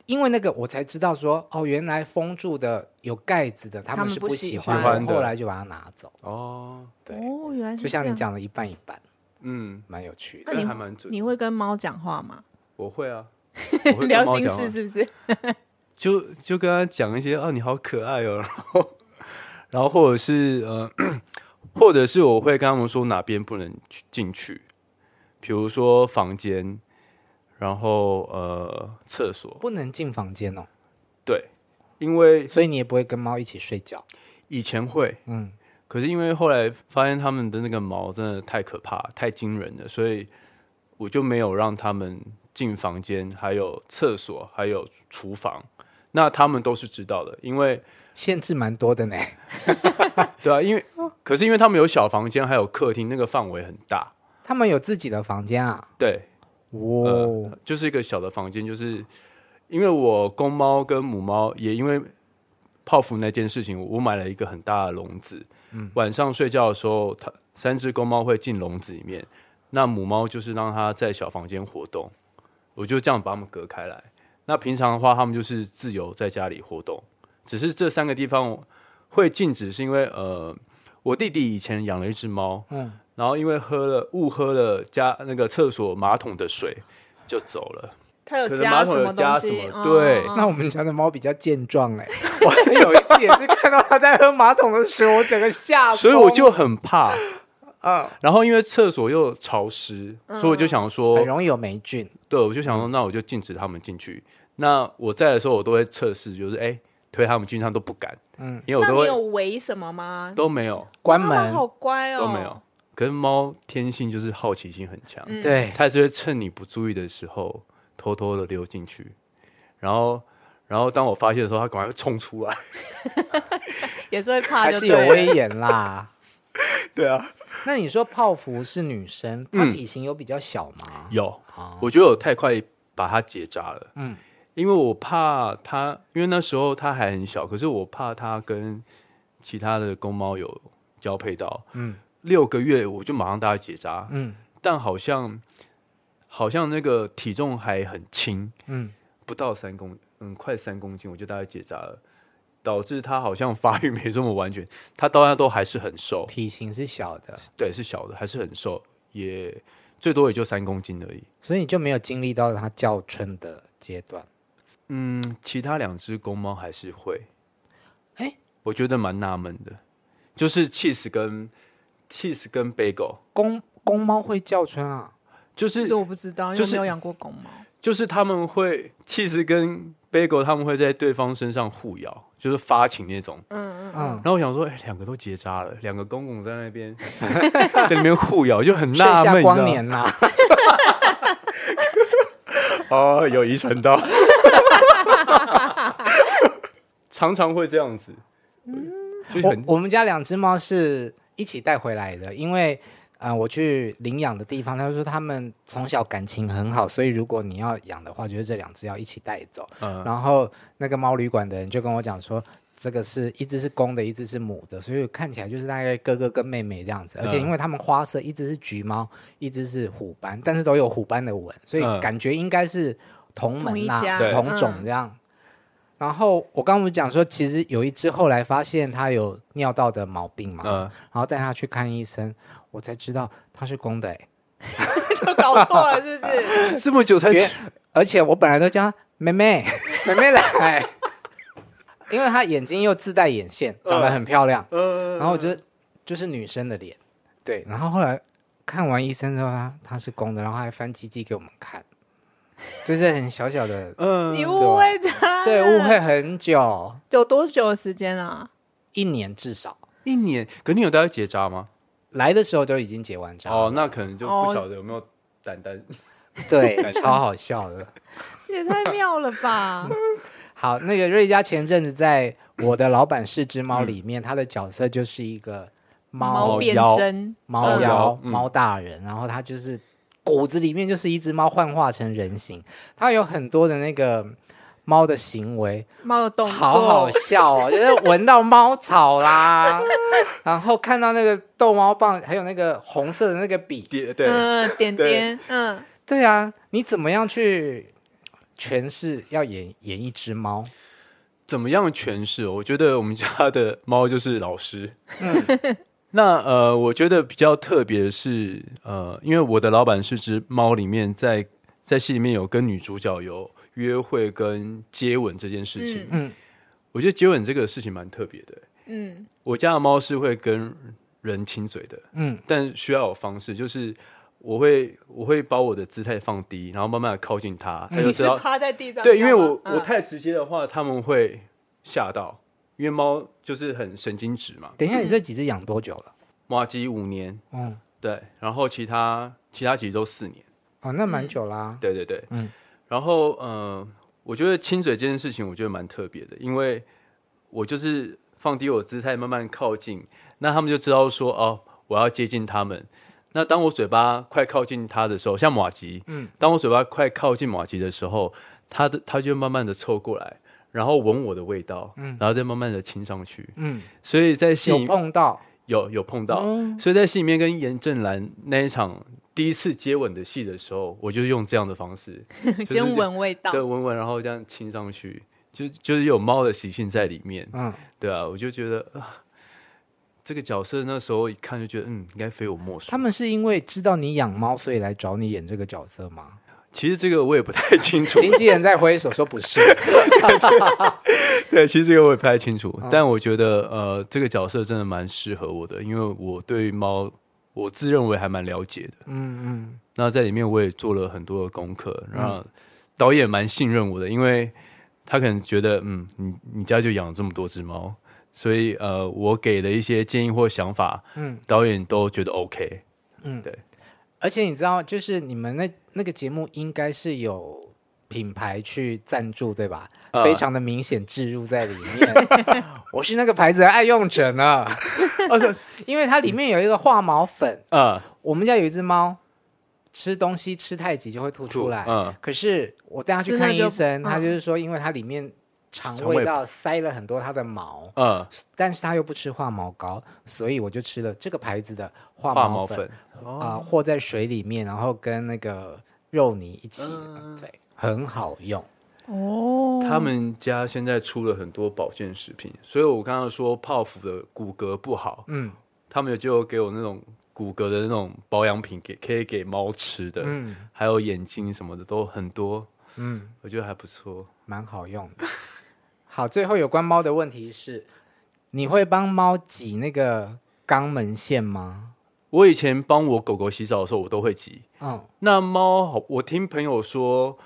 Speaker 4: 因为那个我才知道说哦，原来封住的有盖子的，他
Speaker 5: 他
Speaker 4: 们
Speaker 5: 们
Speaker 4: 是
Speaker 5: 不
Speaker 4: 不
Speaker 5: 喜
Speaker 4: 喜
Speaker 1: 欢
Speaker 4: 欢
Speaker 1: 的
Speaker 4: 的，后来就把它拿走。
Speaker 1: 哦，
Speaker 4: 对，
Speaker 5: 哦，原来是
Speaker 4: 就像
Speaker 5: 这
Speaker 4: 你
Speaker 5: 样，
Speaker 4: 讲的一半一半，
Speaker 1: 嗯，
Speaker 4: 蛮有趣
Speaker 5: 那
Speaker 4: 的。
Speaker 5: 你
Speaker 1: 这还蛮准。
Speaker 5: 你会跟猫讲话吗？
Speaker 1: 我会
Speaker 5: <laughs>
Speaker 1: 啊，我会
Speaker 5: 聊
Speaker 1: 跟猫
Speaker 5: 心
Speaker 1: 讲啊话
Speaker 5: 事，是不是？
Speaker 1: 就就跟他讲一些啊，你好可爱哦，然后然后或者是呃，或者是我会跟他们说哪边不能去进去，比如说房间，然后呃厕所，
Speaker 4: 不能进房间哦，
Speaker 1: 对，因为
Speaker 4: 所以你也不会跟猫一起睡觉。
Speaker 1: 以前会，
Speaker 4: 嗯，
Speaker 1: 可是因为后来发现他们的那个毛真的太可怕、太惊人了，所以我就没有让他们进房间、还有厕所、还有厨房。那他们都是知道的，因为
Speaker 4: 限制蛮多的呢。 <laughs>
Speaker 1: 对啊，因为可是因为他们有小房间，还有客厅，那个范围很大，
Speaker 4: 他们有自己的房间啊。
Speaker 1: 对，
Speaker 4: 哇、
Speaker 1: 呃，就是一个小的房间，就是因为我公猫跟母猫也因为泡芙那件事情，我买了一个很大的笼子。晚上睡觉的时候，它三只公猫会进笼子里面，那母猫就是让它在小房间活动，我就这样把它们隔开来。那平常的话，它们就是自由在家里活动，只是这三个地方会禁止，是因为呃，我弟弟以前养了一只猫，
Speaker 4: 嗯
Speaker 1: 然后因为喝了误喝了家那个厕所马桶的水就走了，
Speaker 5: 他有
Speaker 1: 可能
Speaker 5: 加
Speaker 1: 马
Speaker 5: 什
Speaker 1: 桶有加
Speaker 5: 东西
Speaker 1: 什？么
Speaker 5: 嗯
Speaker 1: 对
Speaker 5: 嗯嗯
Speaker 4: 那我们家的猫比较健壮哎、 <laughs> 我有一次也是看到它在喝马桶的水，我整个吓疯。
Speaker 1: 所以我就很怕。
Speaker 4: 嗯，
Speaker 1: 然后因为厕所又潮湿，所以我就想说
Speaker 4: 很，容易有霉菌。
Speaker 1: 对，我就想说，那我就禁止他们进去。那我在的时候，我都会测试，就是哎、推他们进去，他们都不敢，
Speaker 4: 嗯，
Speaker 1: 因为我
Speaker 5: 那
Speaker 1: 都
Speaker 5: 你有哦
Speaker 1: 会
Speaker 5: 围什么吗？
Speaker 1: 都没有
Speaker 4: 关
Speaker 5: 他们
Speaker 4: 门。
Speaker 5: 好乖哦，
Speaker 1: 都没有。可是猫天性就是好奇心很强，
Speaker 5: 嗯
Speaker 4: 对，
Speaker 1: 它是会趁你不注意的时候偷偷的溜进去，然后然后当我发现的时候，它赶快冲出来。 <laughs>
Speaker 5: 也是会怕
Speaker 4: 还
Speaker 5: 就是对
Speaker 4: 有
Speaker 5: 了
Speaker 4: 威严
Speaker 5: <laughs>
Speaker 4: 啦。
Speaker 1: 对啊，
Speaker 4: 那你说泡芙是女生，她
Speaker 1: 嗯
Speaker 4: 体型有比较小吗？
Speaker 1: 有，
Speaker 4: 啊
Speaker 1: 我觉得我太快把它结扎了。
Speaker 4: 嗯
Speaker 1: 因为我怕它，因为那时候它还很小，可是我怕它跟其他的公猫有交配到。
Speaker 4: 嗯
Speaker 1: 六个月我就马上带它结扎，
Speaker 4: 嗯
Speaker 1: 但好像好像那个体重还很轻，
Speaker 4: 嗯，
Speaker 1: 不到三公，嗯，快三公斤，我就带它结扎了，导致它好像发育没这么完全，它到那都还是很瘦，
Speaker 4: 体型是小的，
Speaker 1: 对，是小的，还是很瘦，也最多也就三公斤而已。
Speaker 4: 所以你就没有经历到它叫春的阶段。
Speaker 1: 嗯，其他两只公猫还是会。
Speaker 4: 哎
Speaker 1: 我觉得蛮纳闷的，就是 cheese 跟 cheese 跟 bagel，
Speaker 4: 公公猫会叫春啊？
Speaker 1: 就是
Speaker 5: 这我不知道，因
Speaker 1: 就
Speaker 5: 为
Speaker 1: 是
Speaker 5: 我没有养过公
Speaker 1: <laughs>
Speaker 5: 猫。
Speaker 1: 就是他们会 cheese 跟 bagel，他们会在对方身上互咬，就是发情那种。
Speaker 5: 嗯嗯，
Speaker 4: 嗯
Speaker 1: 然，后我想说，哎、两个都结扎了，两个公公在那边 <laughs> 在那边互咬，就很
Speaker 4: 盛
Speaker 1: 纳
Speaker 4: 夏
Speaker 1: 闷，
Speaker 4: 光
Speaker 1: 你知
Speaker 4: 年呐、
Speaker 1: 道吗哦，有遗传到，常常会这样子，
Speaker 5: 嗯
Speaker 1: 就是
Speaker 4: 我
Speaker 1: 很 <laughs>
Speaker 4: 我们家两只猫是一起带回来的，因为呃，我去领养的地方，他就说他们从小感情很好，所以如果你要养的话，就是这两只要一起带走。
Speaker 1: 嗯
Speaker 4: 然后那个猫旅馆的人就跟我讲说，这个是一只是公的，一只是母的，所以看起来就是大概哥哥跟妹妹这样子。
Speaker 1: 嗯
Speaker 4: 而且因为它们花色，一只是橘猫，一只是虎斑，但是都有虎斑的纹，所以
Speaker 1: 嗯
Speaker 4: 感觉应该是同
Speaker 5: 同
Speaker 4: 门
Speaker 5: 一
Speaker 4: 啦、
Speaker 5: 家
Speaker 1: 对
Speaker 4: 同种
Speaker 5: 嗯
Speaker 4: 这样。然后我刚不是讲说，其实有一只后来发现它有尿道的毛病嘛，
Speaker 1: 嗯，
Speaker 4: 然后带它去看医生，我才知道它是公的、欸。
Speaker 5: 就搞错了，是不是？
Speaker 1: 这么久才，
Speaker 4: 原而且我本来都叫她妹妹， <laughs> 妹妹来，因为她眼睛又自带眼线，长得很漂亮。然后我觉得就是女生的脸，对。然后后来看完医生之后，她她是公的，然后还翻鸡鸡给我们看，就是很小小的 <laughs>
Speaker 1: 嗯
Speaker 5: 你误会 <laughs> 他，
Speaker 4: 对，误会很久，
Speaker 5: 有多久的时间啊？
Speaker 4: 一年至少。
Speaker 1: 一年，可你有带结扎吗？
Speaker 4: 来的时候就已经结完账，
Speaker 1: 哦，那可能就
Speaker 5: 哦
Speaker 1: 不晓得有没有胆胆。
Speaker 4: <laughs> 对，超好笑的。
Speaker 5: 也太妙了
Speaker 1: <laughs>
Speaker 5: 吧！
Speaker 4: 好，那个瑞佳前阵子在《我的老板是只猫》里面，他的角色就是一个
Speaker 5: 猫
Speaker 4: 猫
Speaker 5: 变
Speaker 1: 妖
Speaker 5: 身，
Speaker 4: 猫
Speaker 1: 嗯
Speaker 4: 妖
Speaker 1: 嗯
Speaker 4: 猫大人，然后他就是骨子里面就是一只猫幻化成人形，他有很多的那个猫的行为，
Speaker 5: 猫的动作，
Speaker 4: 好好笑哦，就是闻到猫草啦， <laughs> 然后看到那个逗猫棒，还有那个红色的那个笔，
Speaker 1: <laughs> 对对，
Speaker 5: 嗯，点点，嗯，
Speaker 4: 对啊，你怎么样去诠释要演演一只猫？
Speaker 1: 怎么样诠释？我觉得我们家的猫就是老师。 <laughs> 那呃，我觉得比较特别的是呃，因为我的老板是只猫，里面在在戏里面有跟女主角有约会跟接吻这件事情。
Speaker 4: 嗯嗯
Speaker 1: 我觉得接吻这个事情蛮特别的。
Speaker 5: 嗯，
Speaker 1: 我家的猫是会跟人亲嘴的，
Speaker 4: 嗯，
Speaker 1: 但需要有方式，就是我会我会把我的姿态放低，然后慢慢的靠近它，它就
Speaker 5: 你
Speaker 1: 知
Speaker 5: 是
Speaker 1: 道。
Speaker 5: 趴在地上这
Speaker 1: 对，
Speaker 5: 样吗，
Speaker 1: 因为我、
Speaker 5: 嗯
Speaker 1: 我太直接的话，他们会吓到，因为猫就是很神经质嘛。
Speaker 4: 等一下，你这几只养多久了？
Speaker 1: 猫鸡五年，
Speaker 4: 嗯，
Speaker 1: 对，然后其他其他其实都四年，
Speaker 4: 哦，那蛮久啦、
Speaker 1: 对对对，
Speaker 4: 嗯。
Speaker 1: 然后呃，我觉得亲嘴这件事情，我觉得蛮特别的，因为我就是放低我姿态，慢慢靠近，那他们就知道说哦，我要接近他们。那当我嘴巴快靠近它的时候，像马吉，嗯，当我嘴巴快靠近马吉的时候，它的它就慢慢的凑过来，然后闻我的味道，嗯，然后再慢慢的亲上去，
Speaker 4: 嗯，
Speaker 1: 所以在戏
Speaker 4: 有
Speaker 1: 里
Speaker 4: 碰哦到，
Speaker 1: 有有碰到，所以在戏里面跟严正兰那一场第一次接吻的戏的时候，我就用这样的方式，就是
Speaker 5: 嗯先闻味道
Speaker 1: 对，，闻闻，然后这样亲上去，就就是有猫的习性在里面，
Speaker 4: 嗯，
Speaker 1: 对啊，我就觉得啊，这个角色那时候一看就觉得，嗯，应该非我莫属。
Speaker 4: 他们是因为知道你养猫，所以来找你演这个角色 <laughs> 吗？
Speaker 1: 其实这个我也不太清楚，
Speaker 4: 经纪人在挥手说不是， <laughs>
Speaker 1: <laughs> 对，其实这个我也不太清
Speaker 4: 嗯
Speaker 1: 楚，但我觉得呃，这个角色真的蛮适合我的，因为我对猫，我自认为还蛮了解的。
Speaker 4: 嗯嗯，
Speaker 1: 那在里面我也做了很多的功课，然后导演蛮信任我的，因为他可能觉得，嗯，你你家就养了这么多只猫，所以呃，我给的一些建议或想法，
Speaker 4: 嗯
Speaker 1: 嗯，导演都觉得 OK。
Speaker 4: 而且你知道，就是你们那那个节目应该是有品牌去赞助对吧？
Speaker 1: 呃
Speaker 4: 非常的明显置入在里面， <laughs> 我是那个牌子的爱用者 <laughs> 呢，因为它里面有一个化毛粉，
Speaker 1: 啊、
Speaker 4: 我们家有一只猫。吃东西吃太急就会吐出来，
Speaker 1: 嗯
Speaker 4: 可是我带它去
Speaker 5: 吃那
Speaker 4: 看医
Speaker 5: 就
Speaker 4: 生，
Speaker 5: 嗯
Speaker 4: 它就是说，因为它里面肠
Speaker 1: 肠
Speaker 4: 胃
Speaker 1: 胃
Speaker 4: 道塞了很多它的毛，
Speaker 1: 嗯，
Speaker 4: 但是他又不吃化毛膏，所以我就吃了这个牌子的化
Speaker 1: 化
Speaker 4: 毛
Speaker 1: 毛
Speaker 4: 粉
Speaker 1: 粉，
Speaker 4: 啊、
Speaker 5: 哦
Speaker 4: 和在水里面，然后跟那个肉泥一
Speaker 5: 嗯
Speaker 4: 起，对，很好用。嗯
Speaker 5: 哦，
Speaker 1: 他们家现在出了很多保健食品，所以我刚刚说泡芙的骨骼不好，
Speaker 4: 嗯
Speaker 1: 他们就给我那种骨骼的那种保养品给可以给猫吃的，
Speaker 4: 嗯
Speaker 1: 还有眼睛什么的都很多，
Speaker 4: 嗯，
Speaker 1: 我觉得还不错。
Speaker 4: 蛮好用的。 <laughs> 好，最后有关猫的问题是，你会帮猫挤那个肛门腺吗？
Speaker 1: 我以前帮我狗狗洗澡的时候，我都会挤。
Speaker 4: 嗯，
Speaker 1: 那猫，好，我听朋友说，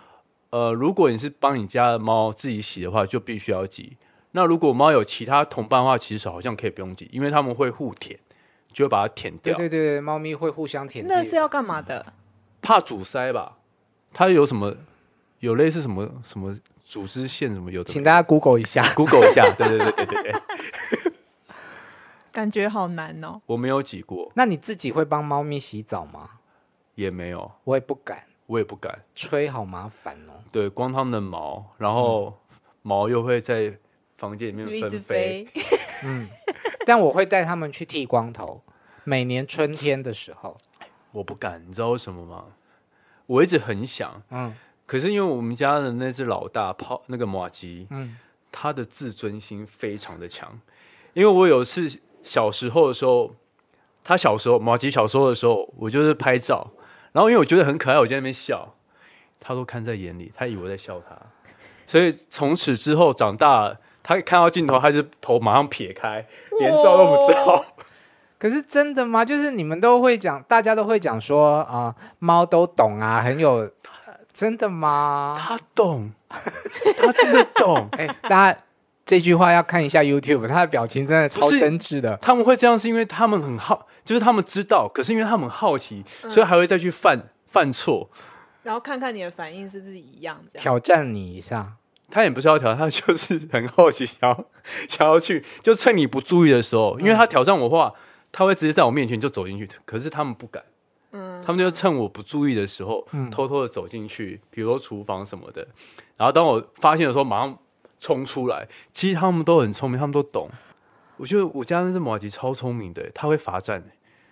Speaker 1: 呃，如果你是帮你家的猫自己洗的话，就必须要挤。那如果猫有其他同伴的话，其实好像可以不用挤，因为它们会互舔，就会把它舔
Speaker 4: 对
Speaker 1: 掉，
Speaker 4: 对对对，猫咪会互相舔。
Speaker 5: 那是要干嘛的？
Speaker 1: 怕阻塞吧？它有什么有类似什么什么组织线什么有的没的？
Speaker 4: 请大家 Google 一下。 <laughs>
Speaker 1: Google 一下。 <laughs> 对对对对对对，
Speaker 5: 感觉好难哦。
Speaker 1: 我没有挤过，
Speaker 4: 那你自己会帮猫咪洗澡吗？
Speaker 1: 也没有，
Speaker 4: 我也不敢，
Speaker 1: 我也不敢。
Speaker 4: 吹好麻烦哦。 <laughs>
Speaker 1: 对，光它们的毛，然后毛又会在房间里面
Speaker 5: 就一直
Speaker 1: 纷飞
Speaker 5: 飞，
Speaker 4: 但我会带他们去剃光头，每年春天的时候，
Speaker 1: 我不敢，你知道为什么吗？我一直很想，
Speaker 4: 嗯
Speaker 1: 可是因为我们家的那只老大泡那个马吉，
Speaker 4: 嗯，
Speaker 1: 他的自尊心非常的强。因为我有一次小时候的时候，他小时候马吉小时候的时候，我就是拍照，然后因为我觉得很可爱，我就在那边笑，他都看在眼里，他以为我在笑他，所以从此之后长大，他看到镜头，他就头马上撇开，连照都不照。
Speaker 4: 可是真的吗？就是你们都会讲，大家都会讲说啊、猫都懂啊，很有，呃真
Speaker 1: <laughs>
Speaker 4: 的吗？
Speaker 1: 他懂，他真的懂。
Speaker 4: 哎，大家这句话要看一下 YouTube，他的表情真的超
Speaker 1: 不是
Speaker 4: 真挚的。
Speaker 1: 他们会这样是因为他们很好，就是他们知道，可是因为他们好奇，所以还会再去犯犯错。
Speaker 5: <laughs> 然后看看你的反应是不是一样，这样。
Speaker 4: 挑战你一下，
Speaker 1: 他也不是要挑战，他就是很好奇，想要想要去，就趁你不注意的时候，因为他挑战我的话，他会直接在我面前就走进去。可是他们不敢，他们就趁我不注意的时候，偷偷的走进去，比如说厨房什么的。然后当我发现的时候，马上冲出来。其实他们都很聪明，他们都懂。我觉得我家那只马吉超聪明的，他会罚站。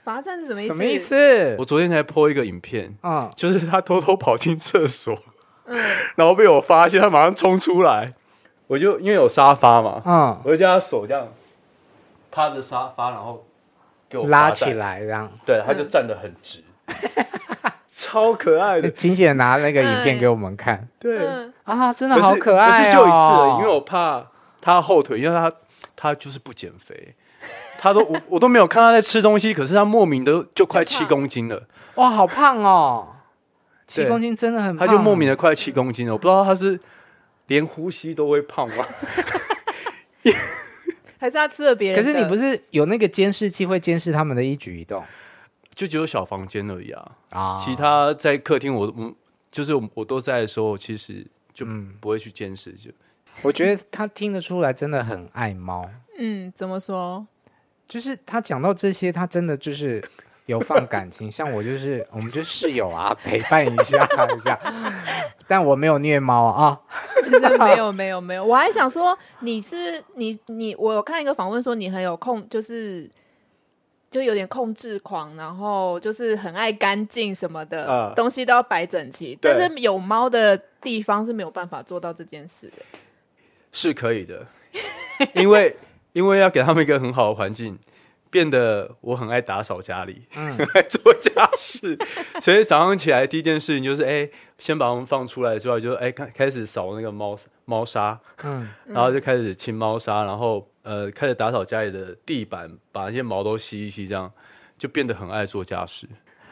Speaker 5: 罚站是什么意思？
Speaker 4: 什么意？思？
Speaker 1: 我昨天才 po 一个影片，
Speaker 4: 嗯，
Speaker 1: 就是他偷偷跑进厕所， <laughs> 然后被我发现，他马上冲出来，我就因为有沙发嘛，
Speaker 4: 嗯，
Speaker 1: 我就叫他手这样趴着沙发，然后给我
Speaker 4: 拉
Speaker 1: 发展
Speaker 4: 起，来，这样。
Speaker 1: 对，他就站得很直， <laughs> 超可爱
Speaker 4: <laughs>
Speaker 1: 的，
Speaker 4: 金姐拿那个影片给我们看
Speaker 1: 对，
Speaker 5: 嗯，
Speaker 4: <laughs> 啊，真
Speaker 1: 可
Speaker 4: 的
Speaker 1: 是
Speaker 4: 好爱、哦、
Speaker 1: 可是就一次而已，因为我怕他后腿，因为他他就是不减肥。他都我我都没有看他在吃东西，可是他莫名的就快七公斤了。
Speaker 4: 哇，好胖哦，七
Speaker 1: 对
Speaker 4: 公斤真的很
Speaker 1: 他
Speaker 4: 胖，
Speaker 1: 就莫名的快七公斤了，我不知道他是连呼吸都会胖吗？
Speaker 5: 还是他吃了别人
Speaker 4: 可
Speaker 5: 的？
Speaker 4: 是你不是有那个监视器会监视他们的一举一动
Speaker 1: 就只有小房间而已啊，
Speaker 4: 啊
Speaker 1: 其他在客厅我我就是我我都在的时候，其实就
Speaker 4: 嗯
Speaker 1: 不会去监视，就
Speaker 4: 我觉得他听得出来，真的很爱猫。
Speaker 5: 嗯，怎么说？
Speaker 4: 就是他讲到这些，他真的就是有放感情。像我就是，我们就室友啊，陪伴一下 <laughs> 一下。但我没有虐猫啊，
Speaker 5: 真的
Speaker 1: <laughs>
Speaker 5: 没有没有没有，我还想说你是你你，我有看一个访问说你很有控，就是就有点控制狂，然后就是很爱干净什么的，
Speaker 1: 啊
Speaker 5: 东西都要摆整齐。
Speaker 1: 对
Speaker 5: 但是有猫的地方是没有办法做到这件事的。
Speaker 1: 是可以的， <laughs> 因为因为要给他们一个很好的环境，变得我很爱打扫家里，
Speaker 4: 嗯
Speaker 1: 很爱 <laughs> 做家事，所以早上起来第一件事情就是，哎、先把它们放出来之外，就哎开、开始扫那个猫猫砂，
Speaker 4: 嗯，
Speaker 1: 然后就开始清猫砂，然后呃开始打扫家里的地板，把那些毛都吸一吸，这样就变得很爱做家事，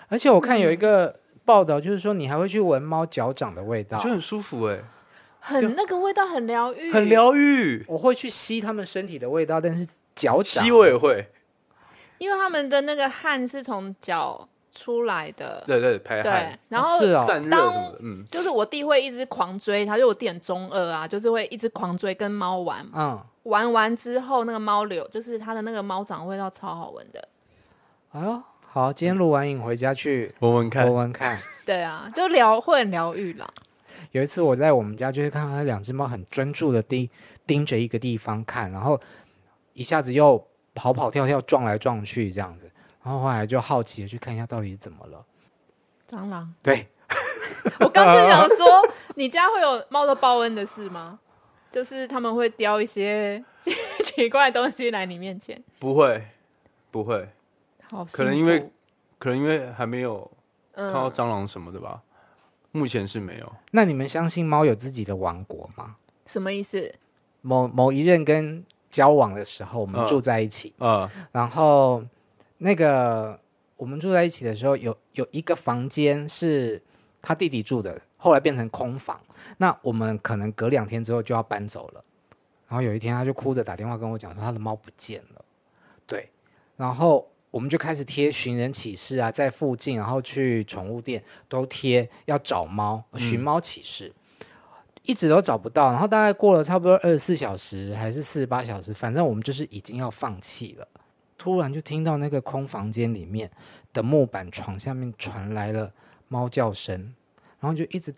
Speaker 4: 而且我看有一个报道，就是说你还会去闻猫脚掌的味道
Speaker 1: 就，很舒服哎、
Speaker 5: 很那个味道很疗愈，
Speaker 1: 很疗愈。
Speaker 4: 我会去吸它们身体的味道，但是脚掌
Speaker 1: 吸我也会，
Speaker 5: 因为他们的那个汗是从脚出来的，
Speaker 1: 对对，排
Speaker 5: 对
Speaker 1: 汗、，
Speaker 5: 然后
Speaker 4: 是哦
Speaker 1: 散热什么的，嗯，
Speaker 5: 就是我弟会一直狂追它，就我弟很中二啊，就是会一直狂追跟猫玩，
Speaker 4: 嗯，
Speaker 5: 玩完之后那个猫柳，就是它的那个猫掌味道超好闻的。
Speaker 4: 哎呦，好，今天录完影回家去
Speaker 1: 闻闻看
Speaker 4: 闻，闻看。
Speaker 5: 对啊，就疗会很疗愈啦。
Speaker 4: 有一次我在我们家，就是看到那两只猫很专注的盯盯着一个地方看，然后一下子又跑跑跳跳、撞来撞去这样子，然后后来就好奇的去看一下到底怎么了。
Speaker 5: 蟑螂，
Speaker 4: 对，
Speaker 5: <laughs> 我刚正想说，你家会有猫的报恩的事吗？就是他们会叼一些 <laughs> 奇怪的东西来你面前，
Speaker 1: 不会，不会，
Speaker 5: 好幸福，
Speaker 1: 可能因为可能因为还没有看到
Speaker 5: 嗯，
Speaker 1: 蟑螂什么的吧，目前是没有。
Speaker 4: 那你们相信猫有自己的王国吗？
Speaker 5: 什么意思？
Speaker 4: 某某一任跟交往的时候，我们
Speaker 1: 嗯
Speaker 4: 住在一起，
Speaker 1: 啊、
Speaker 4: 然后那个我们住在一起的时候，有有一个房间是他弟弟住的，后来变成空房。那我们可能隔两天之后就要搬走了。然后有一天，他就哭着打电话跟我讲说，他的猫不见了。对，然后我们就开始贴寻人启事啊，在附近，然后去宠物店都贴要找猫，寻猫启事。一直都找不到，然后大概过了差不多二十四小时还是四十八小时，反正我们就是已经要放弃了。突然就听到那个空房间里面的木板床下面传来了猫叫声，然后就一直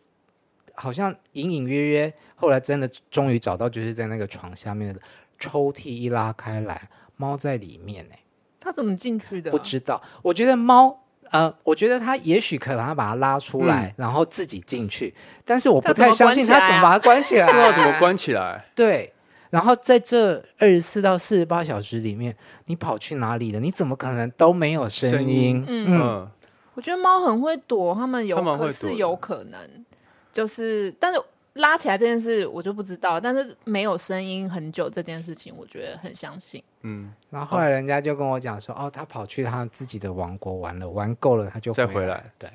Speaker 4: 好像隐隐约约，后来真的终于找到，就是在那个床下面的抽屉一拉开来，猫在里面呢、
Speaker 5: 他怎么进去的啊？
Speaker 4: 不知道，我觉得猫。呃，我觉得它也许可能它把它拉出来，然后自己进去，但是我不
Speaker 5: 它怎么
Speaker 4: 太相信它
Speaker 5: 关起来啊
Speaker 4: 怎么把它关起来、啊
Speaker 1: 不知道
Speaker 4: <laughs>
Speaker 1: 怎么关起来。
Speaker 4: 对，然后在这二十四到四十八小时里面，你跑去哪里了？你怎么可能都没有声音？
Speaker 1: 声音
Speaker 5: 嗯，
Speaker 1: 嗯，
Speaker 5: 我觉得猫很会躲，它们有
Speaker 1: 它蛮会
Speaker 5: 可
Speaker 1: 躲
Speaker 5: 是
Speaker 1: 的
Speaker 5: 有可能，就是但是拉起来这件事我就不知道，但是没有声音很久这件事情，我觉得很相信。
Speaker 1: 嗯
Speaker 4: 然后后来人家就跟我讲说，哦，他跑去他自己的王国玩了，玩够了他就
Speaker 1: 再
Speaker 4: 回
Speaker 1: 回
Speaker 4: 来
Speaker 1: 来。
Speaker 4: 对，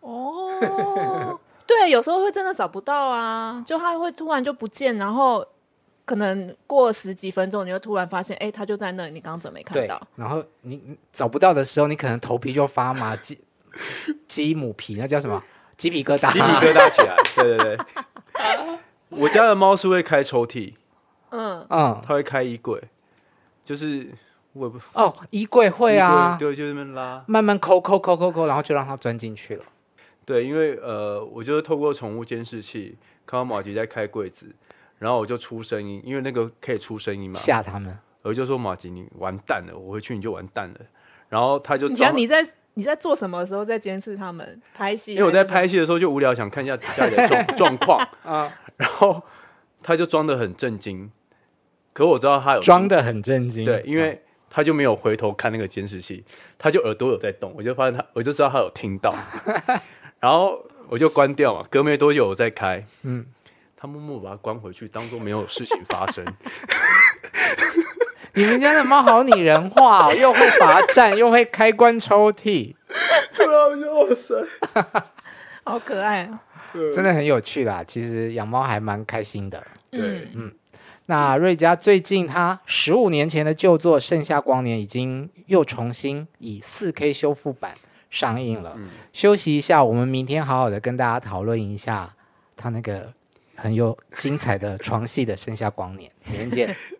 Speaker 5: 哦，对，有时候会真的找不到啊，就它会突然就不见，然后可能过十几分钟，你就突然发现，哎、它就在那里，你刚刚怎么没看
Speaker 4: 对
Speaker 5: 到？，
Speaker 4: 然后你你找不到的时候，你可能头皮就发麻，鸡鸡母皮那叫什
Speaker 5: <laughs>
Speaker 4: 么？鸡皮疙瘩。
Speaker 1: 鸡皮疙瘩起来。对对对，我家的猫是会开抽屉，
Speaker 5: 嗯，
Speaker 4: 嗯，
Speaker 1: 它会开衣柜，就是我也不
Speaker 4: 哦，衣柜会啊，
Speaker 1: 衣柜对，就在那边拉。
Speaker 4: 慢慢抠抠抠抠抠，然后就让它钻进去了。
Speaker 1: 对，因为呃，我就是透过宠物监视器看到马吉在开柜子，然后我就出声音，因为那个可以出声音嘛，
Speaker 4: 吓他们，
Speaker 1: 我就说马吉你完蛋了，我回去你就完蛋了。然后他就
Speaker 5: 你
Speaker 1: 抓
Speaker 5: 想你在你在做什么的时候在监视他们拍戏？
Speaker 1: 因为我在
Speaker 5: 还
Speaker 1: 拍
Speaker 5: 是
Speaker 1: 戏的时候就无聊，想看一下底下的状状况
Speaker 4: 啊
Speaker 1: 啊，然后他就装的很震惊，可我知道他有
Speaker 4: 装的很震惊。
Speaker 1: 对，因为他就没有回头看那个监视器，他就耳朵有在动，我就发现他，我就知道他有听到， <laughs> 然后我就关掉嘛。隔没多久我再开，嗯，他默默把它关回去，当做没有事情发生。
Speaker 4: 你们家的猫好拟人化、哦，又会罚站，又会开关抽屉，
Speaker 1: 对啊，我就哇塞，
Speaker 5: 好可爱、啊。
Speaker 4: 真的很有趣啦。其实养猫还蛮开心的。
Speaker 5: 嗯
Speaker 1: 对，
Speaker 4: 那瑞佳最近他十五年前的旧作《盛夏光年》已经又重新以四 K 修复版上映了。休息一下，我们明天好好的跟大家讨论一下他那个很有精彩的床戏的《盛夏光年》。明天见。